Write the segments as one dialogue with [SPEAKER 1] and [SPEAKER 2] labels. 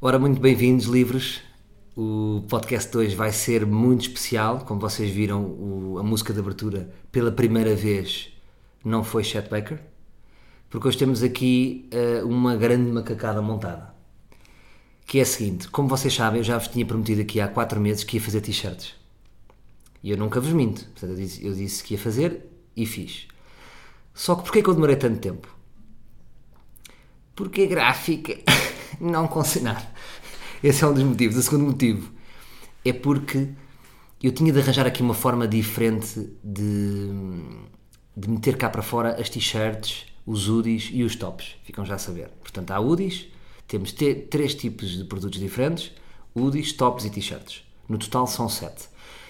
[SPEAKER 1] Ora, muito bem-vindos, livres. O podcast 2 vai ser muito especial. Como vocês viram, o- a música de abertura pela primeira vez não foi Chet Baker, porque hoje temos aqui eh, uma grande macacada montada. Que é a seguinte: como vocês sabem, eu já vos tinha prometido aqui há 4 meses que ia fazer t-shirts. E eu nunca vos minto. Portanto, eu disse, eu disse que ia fazer e fiz. Só que porquê é que eu demorei tanto tempo? porque a gráfica não consinar. Esse é um dos motivos. O segundo motivo é porque eu tinha de arranjar aqui uma forma diferente de, de meter cá para fora as t-shirts, os hoodies e os tops. Ficam já a saber. Portanto, há hoodies, temos te- três tipos de produtos diferentes: hoodies, tops e t-shirts. No total são sete.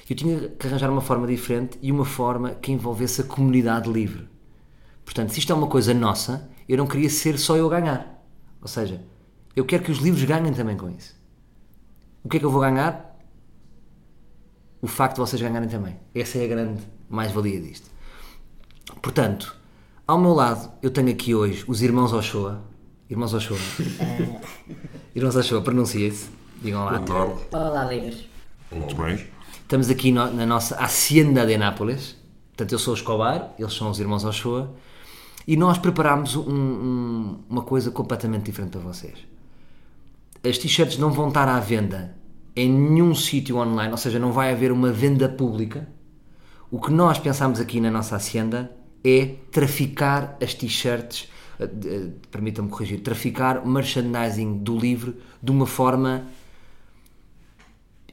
[SPEAKER 1] Eu tinha que arranjar uma forma diferente e uma forma que envolvesse a comunidade livre. Portanto, se isto é uma coisa nossa, eu não queria ser só eu a ganhar. Ou seja, eu quero que os livros ganhem também com isso. O que é que eu vou ganhar? O facto de vocês ganharem também. Essa é a grande mais-valia disto. Portanto, ao meu lado, eu tenho aqui hoje os irmãos Ochoa. Irmãos Ochoa. irmãos Ochoa, pronuncia-se. Digam lá.
[SPEAKER 2] Tarde,
[SPEAKER 3] Olá, Livres.
[SPEAKER 2] muito bem.
[SPEAKER 1] Estamos aqui no- na nossa Hacienda de Nápoles. Portanto, eu sou o Escobar, eles são os irmãos Ochoa. E nós preparámos um- um- uma coisa completamente diferente para vocês. As t-shirts não vão estar à venda em nenhum sítio online, ou seja, não vai haver uma venda pública. O que nós pensámos aqui na nossa Hacienda é traficar as t-shirts, eh, de- eh, permitam-me corrigir, traficar merchandising do livro de uma forma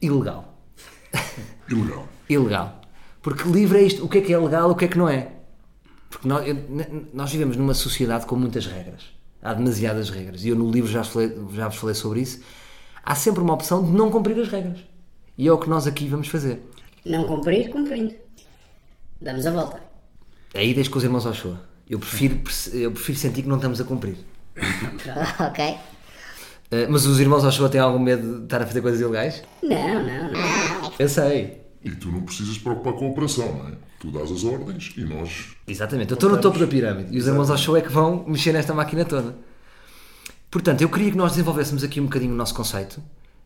[SPEAKER 1] ilegal
[SPEAKER 2] Ilegal.
[SPEAKER 1] ilegal. Porque livre é isto, o que é que é legal, o que é que não é. Porque nós, eu- n- nós vivemos numa sociedade com muitas regras. Há demasiadas regras. E eu no livro já, vos falei, já vos falei sobre isso. Há sempre uma opção de não cumprir as regras. E é o que nós aqui vamos fazer.
[SPEAKER 3] Não cumprir, cumprindo. Damos a volta.
[SPEAKER 1] Aí deixo com os irmãos ao show. Eu prefiro, perce- eu prefiro sentir que não estamos a cumprir.
[SPEAKER 3] ok?
[SPEAKER 1] Ah, mas os irmãos ao show têm algum medo de estar a fazer coisas ilegais?
[SPEAKER 3] Não, não, não. é
[SPEAKER 1] Eu sei.
[SPEAKER 2] E tu não precisas te preocupar com a operação, não é? Tu dás as ordens e nós.
[SPEAKER 1] Exatamente, eu estou no topo da pirâmide e os irmãos ao show é que vão mexer nesta máquina toda. Portanto, eu queria que nós desenvolvêssemos aqui um bocadinho o nosso conceito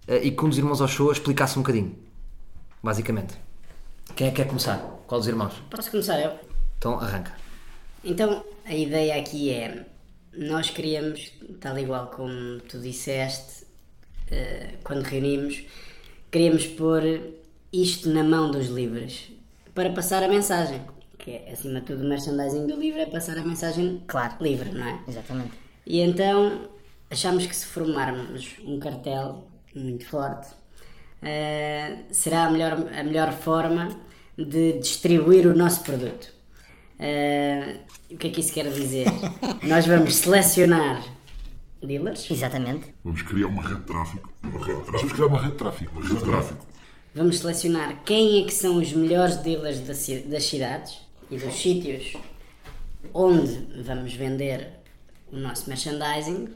[SPEAKER 1] eh, e que um dos irmãos ao show explicasse um bocadinho, basicamente. Quem é que quer começar? Qual dos irmãos?
[SPEAKER 3] Posso começar eu?
[SPEAKER 1] Então, arranca.
[SPEAKER 3] Então, a ideia aqui é. Nós queríamos, tal igual como tu disseste, eh, quando reunimos, queríamos pôr isto na mão dos livros para passar a mensagem. Que é, acima de tudo, o merchandising do livro é passar a mensagem, claro, livre, não é?
[SPEAKER 4] Exatamente.
[SPEAKER 3] E então achamos que se formarmos um cartel muito forte eh, será a melhor, a melhor forma de distribuir o nosso produto. Eh, o que é que isso quer dizer? Nós vamos selecionar dealers,
[SPEAKER 4] Exatamente.
[SPEAKER 2] Vamos criar uma rede de tráfico. Uma rede de tráfico. Vamos criar uma rede de tráfico. Uma rede de tráfico.
[SPEAKER 3] vamos selecionar quem é que são os melhores dealers da ci- das cidades e dos sítios onde vamos vender o nosso merchandising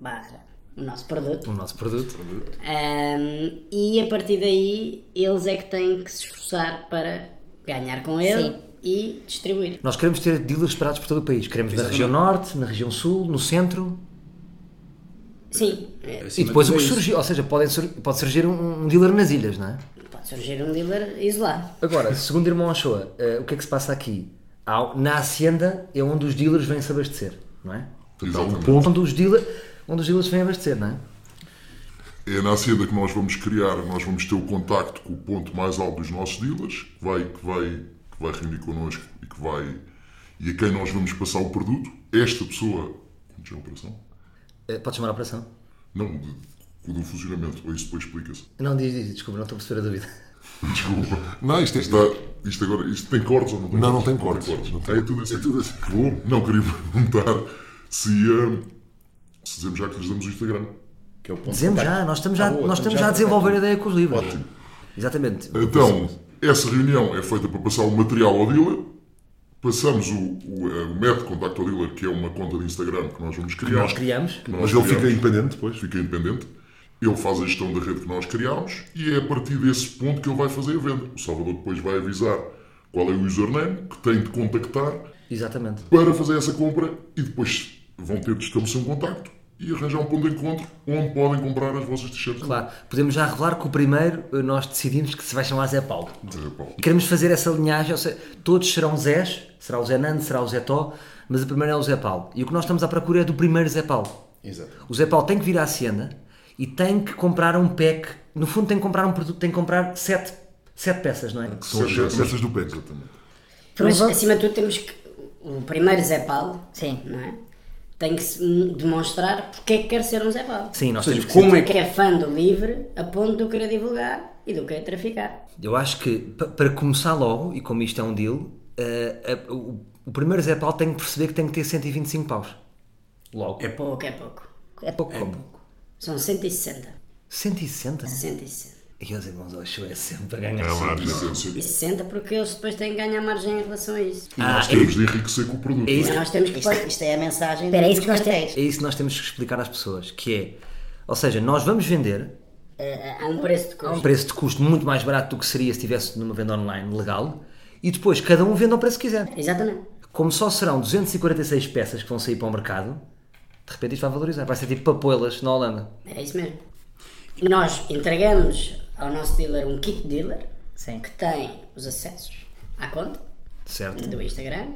[SPEAKER 3] barra o nosso produto.
[SPEAKER 1] O nosso produto.
[SPEAKER 3] Um, e a partir daí eles é que têm que se esforçar para ganhar com ele
[SPEAKER 4] Sim.
[SPEAKER 3] e distribuir.
[SPEAKER 1] Nós queremos ter dealers esperados por todo o país. Queremos na região norte, na região sul, no centro.
[SPEAKER 3] Sim, eh,
[SPEAKER 1] e
[SPEAKER 5] Acima
[SPEAKER 1] depois
[SPEAKER 5] de
[SPEAKER 1] o
[SPEAKER 5] tudo
[SPEAKER 1] que
[SPEAKER 5] é isso.
[SPEAKER 1] surgir, ou seja, podem sur- pode surgir um, um dealer nas ilhas, não é?
[SPEAKER 3] pode surgir um dealer isolado.
[SPEAKER 1] Agora, segundo o irmão Ochoa, eh, o que é que se passa aqui? Há- na Hacienda é onde os dealers vêm se abastecer, não é?
[SPEAKER 2] Dá um ponto.
[SPEAKER 1] Onde os, dealer, onde os dealers vêm abastecer, não é?
[SPEAKER 2] É na Hacienda que nós vamos criar, nós vamos ter o contacto com o ponto mais alto dos nossos dealers, que vai, que vai, que vai reunir connosco e que vai. e a quem nós vamos passar o produto. Esta pessoa. Vamos dizer a operação?
[SPEAKER 1] Eh, Pode chamar a operação?
[SPEAKER 2] Não, de, do funcionamento, ou isso depois explica-se.
[SPEAKER 1] Não, diz, diz, desculpa, não estou a perceber a dúvida.
[SPEAKER 2] Desculpa.
[SPEAKER 5] Não, isto é.
[SPEAKER 2] Está, isto agora, isto tem cortes ou não tem
[SPEAKER 5] Não, não
[SPEAKER 2] cortes?
[SPEAKER 5] tem cortes. Não tem.
[SPEAKER 2] É tudo assim. Que Bom, não queria perguntar se, hum, se dizemos já que lhes damos o Instagram.
[SPEAKER 5] Que é o ponto
[SPEAKER 1] Dizemos
[SPEAKER 5] de
[SPEAKER 1] já,
[SPEAKER 5] contacto.
[SPEAKER 1] nós estamos já,
[SPEAKER 5] Tá boa,
[SPEAKER 1] nós estamos já a desenvolver a ideia com os livros.
[SPEAKER 5] Ótimo.
[SPEAKER 1] Exatamente.
[SPEAKER 2] Então, essa reunião é feita para passar o material ao dealer, passamos o, o, eh, o método de contacto ao dealer, que é uma conta de Instagram que nós vamos criar.
[SPEAKER 1] Nós criamos.
[SPEAKER 2] Que nós
[SPEAKER 5] Mas ele
[SPEAKER 2] criamos.
[SPEAKER 5] fica independente depois.
[SPEAKER 2] Fica independente. Ele faz a gestão da rede que nós criámos e é a partir desse ponto que ele vai fazer a venda. O Salvador depois vai avisar qual é o username que tem de contactar
[SPEAKER 1] Exatamente.
[SPEAKER 2] para fazer essa compra e depois vão ter de estabelecer um contacto e arranjar um ponto de encontro onde podem comprar as vossas t-shirts.
[SPEAKER 1] Claro, podemos já revelar que o primeiro eh, nós decidimos que se vai chamar Zé Paulo.
[SPEAKER 2] É, Paulo.
[SPEAKER 1] E queremos fazer essa linhagem, ou seja, todos serão Zés, será o Zé Nando, será o Zé Tó, mas o primeiro é o Zé Paulo. E o que nós estamos à procura é do primeiro Zé Paulo.
[SPEAKER 4] Exato.
[SPEAKER 1] O Zé Paulo tem que vir à Hacienda e tem que comprar um pack, no fundo tem que comprar um produto, tem que comprar sete, sete peças, não é?
[SPEAKER 4] Que são as
[SPEAKER 2] Certo,
[SPEAKER 4] peças do PEC. Exatamente.
[SPEAKER 3] Mas acima de tudo temos que. O primeiro Zé Paulo,
[SPEAKER 5] Sim.
[SPEAKER 3] não é? Tem que se demonstrar porque é que quer ser um Zé Paulo.
[SPEAKER 1] Sim, nós
[SPEAKER 4] Ou
[SPEAKER 1] temos
[SPEAKER 4] seja,
[SPEAKER 1] que
[SPEAKER 4] como é
[SPEAKER 3] Que é fã do livre a ponto de o querer divulgar e do querer traficar.
[SPEAKER 1] Eu acho que, pa- para começar logo, e como isto é um deal, eh, eh, o, o primeiro Zé Paulo tem que perceber que tem que ter 125 paus. Logo.
[SPEAKER 3] É pouco, é pouco.
[SPEAKER 1] É pouco como?
[SPEAKER 3] São 160.
[SPEAKER 1] 160?
[SPEAKER 3] É. 160.
[SPEAKER 1] E os irmãos Oxo é sempre a ganhar.
[SPEAKER 2] É
[SPEAKER 1] sempre.
[SPEAKER 2] Sim,
[SPEAKER 3] E
[SPEAKER 2] sim.
[SPEAKER 3] 60 porque eles depois têm que ganhar margem em relação a isso.
[SPEAKER 2] E nós temos de enriquecer com o produto.
[SPEAKER 1] É isso,
[SPEAKER 3] Mas nós temos que.
[SPEAKER 5] Isto,
[SPEAKER 3] pôr-
[SPEAKER 5] isto é a mensagem. Espera, é isso que nós temos.
[SPEAKER 1] é isso que nós temos que explicar às pessoas, que é, ou seja, nós vamos vender
[SPEAKER 3] Há um preço de
[SPEAKER 1] a um
[SPEAKER 3] custo.
[SPEAKER 1] preço de custo muito mais barato do que seria se estivesse numa venda online legal, e depois cada um vende ao preço que quiser.
[SPEAKER 3] Exatamente.
[SPEAKER 1] Como só serão 246 peças que vão sair para o mercado, de repente isto vai valorizar. Vai ser tipo papoelas na Holanda.
[SPEAKER 3] É isso mesmo. Nós entregamos ao nosso dealer um kit dealer
[SPEAKER 5] Sim.
[SPEAKER 3] que tem os acessos à conta
[SPEAKER 1] Certo?
[SPEAKER 3] do Instagram,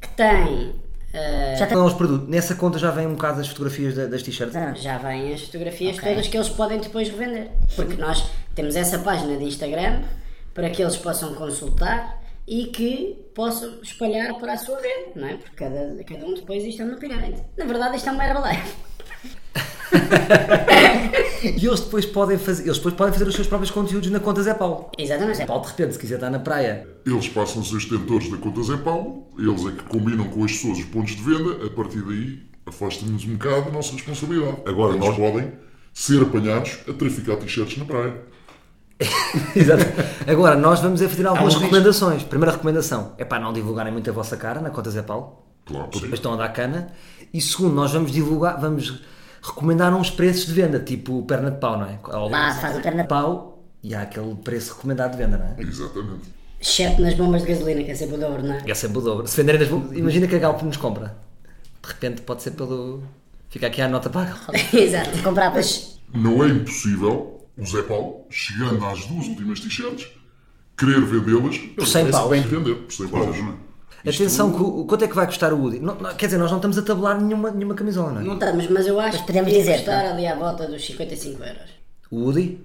[SPEAKER 3] que tem. ah,
[SPEAKER 1] Então, os produtos. Nessa conta já vem um bocado as fotografias da- das t-shirts.
[SPEAKER 3] já vêm as fotografias
[SPEAKER 5] Ah. Ok.
[SPEAKER 3] todas que eles podem depois revender. Porque nós temos essa página de Instagram para que eles possam consultar e que possam espalhar para a sua rede, não é? Porque cada, cada um depois isto é uma pirâmide. Na verdade, isto é uma Herbalife.
[SPEAKER 1] E eles depois podem fazer, eles depois podem fazer os seus próprios conteúdos na conta Zé Paulo.
[SPEAKER 3] Exatamente.
[SPEAKER 5] é
[SPEAKER 1] Zé Paulo, de repente, se quiser estar na praia,
[SPEAKER 2] Eles passam-se os detentores da conta Zé Paulo, eles é que combinam com as pessoas os pontos de venda, a partir daí afasta-nos um bocado da nossa responsabilidade.
[SPEAKER 4] Agora
[SPEAKER 2] eles
[SPEAKER 4] nós-
[SPEAKER 2] podem ser apanhados a traficar t-shirts na praia.
[SPEAKER 1] Exato. Agora, nós vamos é fazer algumas
[SPEAKER 4] um risco.
[SPEAKER 1] recomendações. Primeira recomendação é para não divulgarem muito a vossa cara na conta Zé Paulo,
[SPEAKER 2] Claro,
[SPEAKER 1] porque
[SPEAKER 2] sim.
[SPEAKER 1] depois estão a dar cana. E segundo, nós vamos divulgar, vamos recomendar uns preços de venda, tipo perna de pau, não é? Ao-
[SPEAKER 5] Ah, faz o perna
[SPEAKER 1] de pau e há aquele preço recomendado de venda, não é?
[SPEAKER 2] Exatamente.
[SPEAKER 3] Exceto nas bombas de gasolina, que é sempre o dobro, não é?
[SPEAKER 1] É sempre o dobro. Se venderem nas bo- imagina que a Galp nos compra. De repente pode ser pelo. Fica aqui a nota paga.
[SPEAKER 3] Exato.
[SPEAKER 5] Comprar pois.
[SPEAKER 2] Não é impossível o Zé Paulo, chegando às duas últimas t-shirts, querer vendê-las
[SPEAKER 1] Por 100 paus.
[SPEAKER 2] Entender, por 100 paus.
[SPEAKER 1] Atenção, que o- quanto é que vai custar o Woody? Não- não- quer dizer, nós não estamos a tabular nenhuma, nenhuma camisola, não é?
[SPEAKER 3] Não estamos, mas eu acho
[SPEAKER 5] Mas podemos
[SPEAKER 3] que
[SPEAKER 5] dizer, tá?
[SPEAKER 3] devia estar ali à volta dos 55 euros.
[SPEAKER 1] O Woody?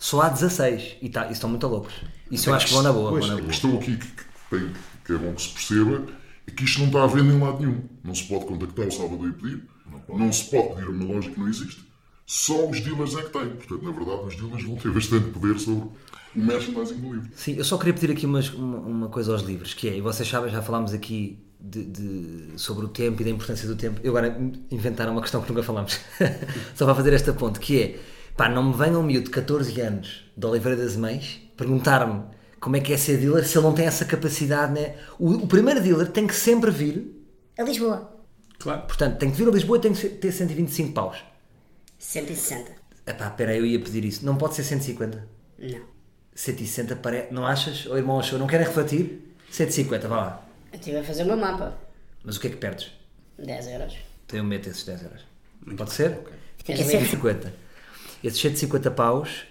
[SPEAKER 1] Só há 16 e, tá, e estão muito loucos. Isso eu acho que vão na boa.
[SPEAKER 4] Pois,
[SPEAKER 1] vão na
[SPEAKER 2] A
[SPEAKER 1] boa.
[SPEAKER 2] questão aqui que, que tem- que é bom que se perceba é que isto não está à venda em lado nenhum. Não se pode contactar o Salvador e pedir, não, se pode pedir a uma loja que não existe. Só os dealers é que têm. Portanto, na verdade, os dealers vão ter bastante poder sobre o merchandising do livro.
[SPEAKER 1] Sim, eu só queria pedir aqui umas- uma, uma coisa aos livros, que é, e vocês sabem, já falámos aqui de- de- sobre o tempo e da importância do tempo. Eu agora inventaram uma questão que nunca falámos. só para fazer esta ponte, que é, pá, não me venham um miúdo de 14 anos de Oliveira das Mães perguntar-me como é que é ser dealer se ele não tem essa capacidade, né? O, o primeiro dealer tem que sempre vir,
[SPEAKER 5] A Lisboa.
[SPEAKER 4] Claro.
[SPEAKER 1] portanto, tem que vir a Lisboa e tem que ser- ter 125 paus.
[SPEAKER 3] 160.
[SPEAKER 1] Epá, peraí, eu ia pedir isso. Não pode ser 150.
[SPEAKER 3] Não.
[SPEAKER 1] 160 parece. Não achas? Ou irmão achou? Não querem refletir? 150, vá lá.
[SPEAKER 3] Eu estive a fazer o meu mapa.
[SPEAKER 1] Mas o que é que perdes?
[SPEAKER 3] 10 euros.
[SPEAKER 1] Tenho medo desses 10 euros. Pode ser? é
[SPEAKER 5] Fica
[SPEAKER 3] Sim.
[SPEAKER 5] sempre.
[SPEAKER 1] 150. Esses 150 paus.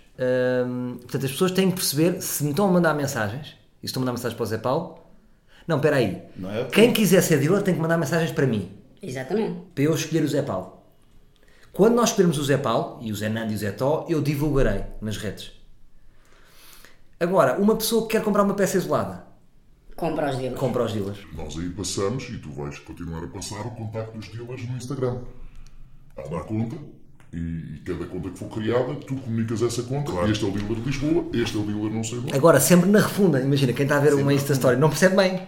[SPEAKER 1] hum, portanto, as pessoas têm que perceber se me estão a mandar mensagens. E se estão a mandar mensagens para o Zé Paulo. Não, espera aí.
[SPEAKER 4] Não é?
[SPEAKER 1] Quem quiser ser dealer tem que mandar mensagens para mim.
[SPEAKER 3] Exatamente.
[SPEAKER 1] Para eu escolher o Zé Paulo. Quando nós escolhermos o Zé Paulo, e o Zé Nando e o Zé Tó, eu divulgarei nas redes. Agora, uma pessoa que quer comprar uma peça isolada,
[SPEAKER 3] Compra os livros.
[SPEAKER 1] compra aos dealers.
[SPEAKER 2] Nós aí passamos, e tu vais continuar a passar, o contacto dos dealers no Instagram. Há uma conta, e, e cada conta que for criada, tu comunicas essa conta. Este é o dealer de Lisboa, este é o dealer não sei de onde.
[SPEAKER 1] Agora, sempre na refunda, imagina, quem está a ver uma Insta Story não percebe bem.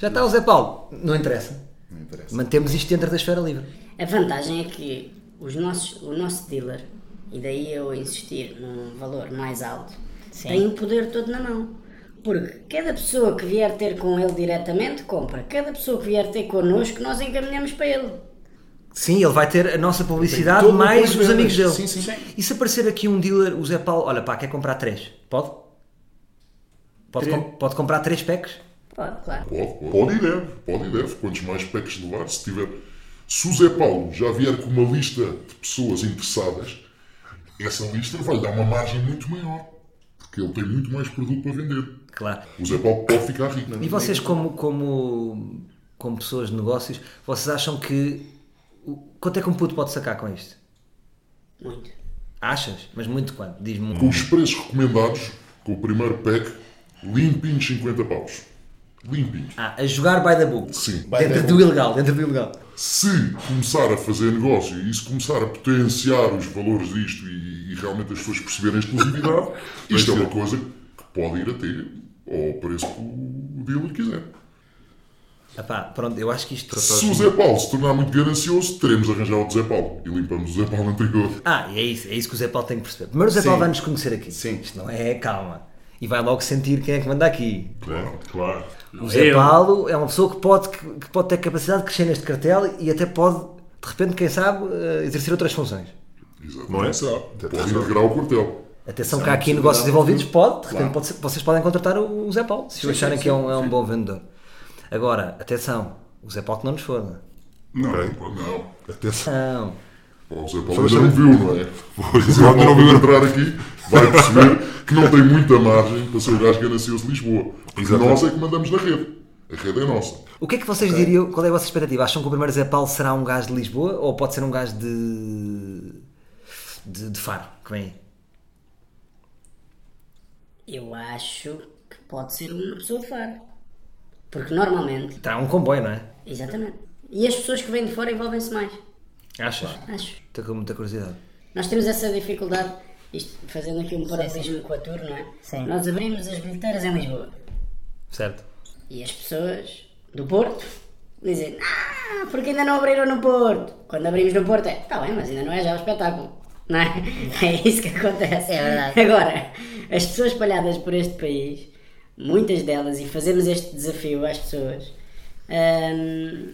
[SPEAKER 1] Já está o Zé Paulo. Não interessa.
[SPEAKER 4] Não interessa.
[SPEAKER 1] Mantemos isto dentro da esfera livre.
[SPEAKER 3] A vantagem é que os nossos, o nosso dealer, e daí eu insistir num valor mais alto,
[SPEAKER 5] Sim.
[SPEAKER 3] tem o poder todo na mão. Porque cada pessoa que vier ter com ele diretamente, compra. Cada pessoa que vier ter connosco, nós encaminhamos para ele.
[SPEAKER 1] Sim, ele vai ter a nossa publicidade
[SPEAKER 4] todo o
[SPEAKER 1] mais
[SPEAKER 4] apoio
[SPEAKER 1] os amigos dele.
[SPEAKER 4] deles. Sim, sim.
[SPEAKER 1] E se aparecer aqui um dealer, o Zé Paulo, olha pá, quer comprar três? Pode? Pode, com- pode comprar três packs?
[SPEAKER 3] Pode, claro.
[SPEAKER 2] Pode, pode. Pode e deve, pode e deve. Quantos mais packs levar, se tiver, Se o Zé Paulo já vier com uma lista de pessoas interessadas, essa lista vai dar uma margem muito maior. Porque ele tem muito mais produto para vender.
[SPEAKER 1] Claro.
[SPEAKER 2] O Zé Paulo pode ficar rico. é?
[SPEAKER 1] E vocês, como, como, como pessoas de negócios, vocês acham que. o- Quanto é que um puto pode sacar com isto?
[SPEAKER 3] Muito.
[SPEAKER 1] Achas? Mas muito quanto? Diz-me
[SPEAKER 2] Com
[SPEAKER 1] um.
[SPEAKER 2] os preços recomendados, com o primeiro pack, limpinho 50 paus. Limpinho.
[SPEAKER 1] Ah, a jogar by the book.
[SPEAKER 2] Sim.
[SPEAKER 4] By the
[SPEAKER 1] dentro do ilegal, dentro do ilegal.
[SPEAKER 2] Se começar a fazer negócio e se começar a potenciar os valores disto e, e realmente as pessoas perceberem a exclusividade, isto é uma coisa que pode ir até ao preço que o dealer quiser.
[SPEAKER 1] Epá, pronto, eu acho que isto.
[SPEAKER 2] Se o Zé Paulo se tornar muito ganancioso, teremos de arranjar outro Zé Paulo e limpamos o Zé Paulo anterior.
[SPEAKER 1] Ah, e é isso, é isso que o Zé Paulo tem que perceber. Primeiro o Zé
[SPEAKER 4] Sim.
[SPEAKER 1] Paulo vai nos conhecer aqui.
[SPEAKER 4] Sim.
[SPEAKER 1] Isto não é calma. E vai logo sentir quem é que manda aqui.
[SPEAKER 2] Claro, claro.
[SPEAKER 1] O Zé Paulo é uma pessoa que pode, que pode ter capacidade de crescer neste cartel e até pode, de repente, quem sabe, eh, exercer outras funções.
[SPEAKER 2] Exato.
[SPEAKER 4] Não é?
[SPEAKER 2] Pode integrar o quartel.
[SPEAKER 1] Atenção
[SPEAKER 4] Isso é
[SPEAKER 1] que há
[SPEAKER 4] uma
[SPEAKER 1] aqui negócios
[SPEAKER 4] possibilidade.
[SPEAKER 1] envolvidos, pode, de
[SPEAKER 4] Claro.
[SPEAKER 1] repente pode ser- vocês podem contratar o o Zé Paulo, se
[SPEAKER 4] Sim,
[SPEAKER 1] acharem
[SPEAKER 4] sim,
[SPEAKER 1] que é
[SPEAKER 4] sim,
[SPEAKER 1] um, é um
[SPEAKER 4] sim.
[SPEAKER 1] bom vendedor. Agora, atenção, o Zé Paulo que não nos foda.
[SPEAKER 2] Não,
[SPEAKER 4] Ok.
[SPEAKER 2] não.
[SPEAKER 4] Atenção.
[SPEAKER 1] Não.
[SPEAKER 2] Pá, O Zé Paulo
[SPEAKER 4] Pessoas
[SPEAKER 2] ainda não viu,
[SPEAKER 4] também-
[SPEAKER 2] não é?
[SPEAKER 4] Pois,
[SPEAKER 2] Se o
[SPEAKER 4] não
[SPEAKER 2] Paulo
[SPEAKER 4] viu.
[SPEAKER 2] entrar aqui, vai perceber que não tem muita margem para ser o gajo ganancioso de Lisboa. Porque
[SPEAKER 4] Exatamente.
[SPEAKER 2] nós é que mandamos na rede. A rede é nossa.
[SPEAKER 1] O que é que vocês diriam, qual é a vossa expectativa? Acham que o primeiro Zé Paulo será um gajo de Lisboa ou pode ser um gajo de. de, de Faro, que vem aí?
[SPEAKER 3] Eu acho que pode ser uma pessoa de fora. Porque normalmente,
[SPEAKER 1] Terá um comboio, não é?
[SPEAKER 3] exatamente. E as pessoas que vêm de fora envolvem-se mais.
[SPEAKER 1] Achas?
[SPEAKER 3] Acho.
[SPEAKER 1] Estou com muita curiosidade.
[SPEAKER 3] Nós temos essa dificuldade, isto, fazendo aqui um paralelismo com a tour, não é?
[SPEAKER 5] Sim.
[SPEAKER 3] Nós abrimos as bilheteiras em Lisboa.
[SPEAKER 1] Certo?
[SPEAKER 3] E as pessoas do Porto dizem, ah, porque ainda não abriram no Porto. Quando abrimos no Porto é, está bem, mas ainda não é já o espetáculo. Não é? é isso que acontece.
[SPEAKER 5] É verdade.
[SPEAKER 3] Agora, as pessoas espalhadas por este país, muitas delas, e fazemos este desafio às pessoas, hum,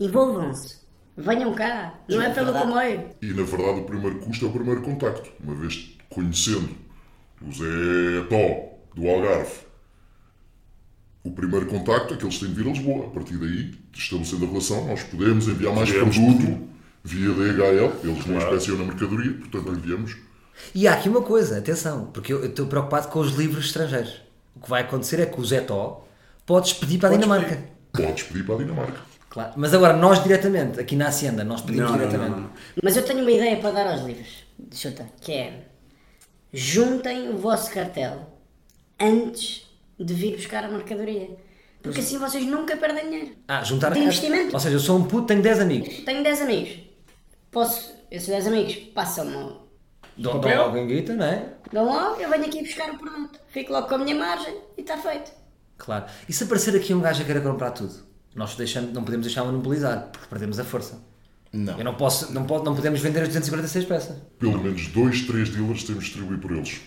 [SPEAKER 3] envolvam-se. Venham cá, não é pelo
[SPEAKER 5] verdade.
[SPEAKER 3] comboio.
[SPEAKER 2] E na verdade o primeiro custo é o primeiro contacto. Uma vez conhecendo o Zé Tó do Algarve, o primeiro contacto é que eles têm de vir a Lisboa. A partir daí, estabelecendo a relação, nós podemos enviar mais
[SPEAKER 4] Podemos.
[SPEAKER 2] produto via DHL. Eles não
[SPEAKER 4] Claro.
[SPEAKER 2] inspecionam a mercadoria, portanto enviamos.
[SPEAKER 1] E há aqui uma coisa, atenção, porque eu eu estou preocupado com os livros estrangeiros. O que vai acontecer é que o Zé Tó podes pedir para a Dinamarca.
[SPEAKER 2] Podes pedir para a Dinamarca.
[SPEAKER 1] Claro. Mas agora, nós diretamente, aqui na Hacienda, nós pedimos
[SPEAKER 4] Não, não,
[SPEAKER 1] diretamente.
[SPEAKER 4] não, não, não.
[SPEAKER 3] Mas eu tenho uma ideia para dar aos livros.
[SPEAKER 5] Chuta.
[SPEAKER 3] que é juntem o vosso cartel antes de vir buscar a mercadoria. Porque assim vocês nunca perdem dinheiro.
[SPEAKER 1] Ah, juntar
[SPEAKER 3] De
[SPEAKER 1] a-
[SPEAKER 3] investimento.
[SPEAKER 1] Ou seja, eu sou um puto, tenho 10 amigos.
[SPEAKER 3] Tenho 10 amigos. Posso, esses 10 amigos passam-me.
[SPEAKER 1] Dão dão
[SPEAKER 3] Papel.
[SPEAKER 1] logo em guita, não é?
[SPEAKER 3] Dão logo, eu venho aqui buscar o produto. Fico logo com a minha margem e está feito.
[SPEAKER 1] Claro. E se aparecer aqui um gajo a querer comprar tudo? Nós deixamos, não podemos deixar monopolizar, porque perdemos a força.
[SPEAKER 4] Não.
[SPEAKER 1] Eu não posso, não, po- não podemos vender as 246 peças.
[SPEAKER 2] Pelo menos dois, três dealers temos de distribuir por eles.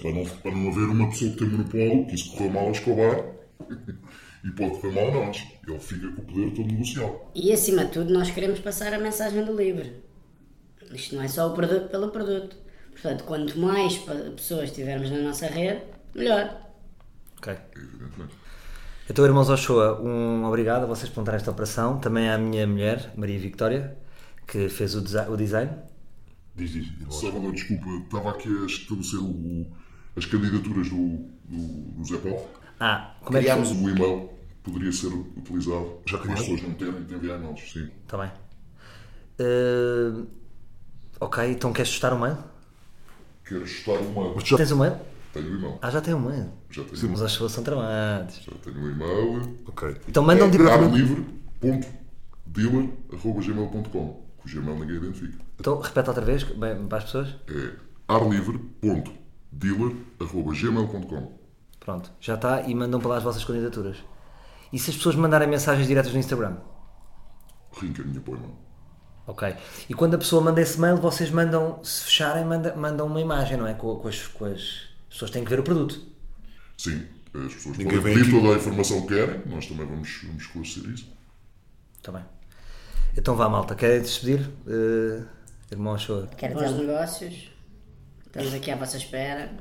[SPEAKER 2] Para não, para não haver uma pessoa que tem monopólio, que isso correu mal ao Escobar e pode correr mal a nós. Ele fica com o poder todo negocial.
[SPEAKER 3] E acima de tudo, nós queremos passar a mensagem do livro. Isto não é só o produto pelo produto. Portanto, quanto mais pa- pessoas tivermos na nossa rede, melhor.
[SPEAKER 1] Ok.
[SPEAKER 2] Evidentemente.
[SPEAKER 1] Então, irmãos Ochoa, um obrigado a vocês por montar esta operação. Também à minha mulher, Maria Victória, que fez o, desi- o design.
[SPEAKER 4] Diz, diz.
[SPEAKER 2] Salvador, desculpa, estava aqui a estabelecer o- as candidaturas do, do, do Zé Paulo.
[SPEAKER 1] Ah, como é que
[SPEAKER 2] Criámos o um e-mail, poderia ser utilizado. Já que as
[SPEAKER 4] criaste?
[SPEAKER 2] pessoas não terem de enviar e-mails, sim.
[SPEAKER 1] Está Tá bem. Eh, ok, então queres testar o mail?
[SPEAKER 2] Quero ajustar o e-mail.
[SPEAKER 4] Já-
[SPEAKER 1] Tens o mail?
[SPEAKER 2] Tenho o e-mail.
[SPEAKER 1] Ah, já tem o mail.
[SPEAKER 2] Já tenho,
[SPEAKER 1] Os Ochoa são tramados.
[SPEAKER 2] já tenho o e-mail.
[SPEAKER 4] Ok.
[SPEAKER 1] Então
[SPEAKER 2] É,
[SPEAKER 1] mandam diretamente.
[SPEAKER 2] arlivre.dealer.gmail.com que o Gmail ninguém identifica.
[SPEAKER 1] Então, repete outra vez bem, para as pessoas.
[SPEAKER 2] É arlivre.dealer.gmail.com
[SPEAKER 1] Pronto, já está e mandam para lá as vossas candidaturas. E se as pessoas mandarem mensagens diretas no Instagram?
[SPEAKER 2] Rinca a minha poema.
[SPEAKER 1] Ok. E quando a pessoa manda esse mail, vocês mandam, se fecharem, manda- mandam uma imagem, não é? Com, com as, com as- as pessoas têm que ver o produto.
[SPEAKER 2] Sim, as pessoas
[SPEAKER 4] Ninguém
[SPEAKER 2] podem
[SPEAKER 4] vem
[SPEAKER 2] pedir
[SPEAKER 4] aqui.
[SPEAKER 2] toda a informação que querem, nós também vamos, vamos esclarecer isso.
[SPEAKER 1] Está Tá bem. Então vá, malta, querem despedir? Eh, irmão Shoa.
[SPEAKER 5] Quero dizer
[SPEAKER 3] Bons negócios. Estamos aqui à vossa espera.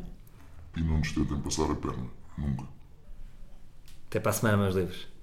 [SPEAKER 2] E não nos tentem passar a perna. Nunca.
[SPEAKER 1] Até para a semana, meus livros.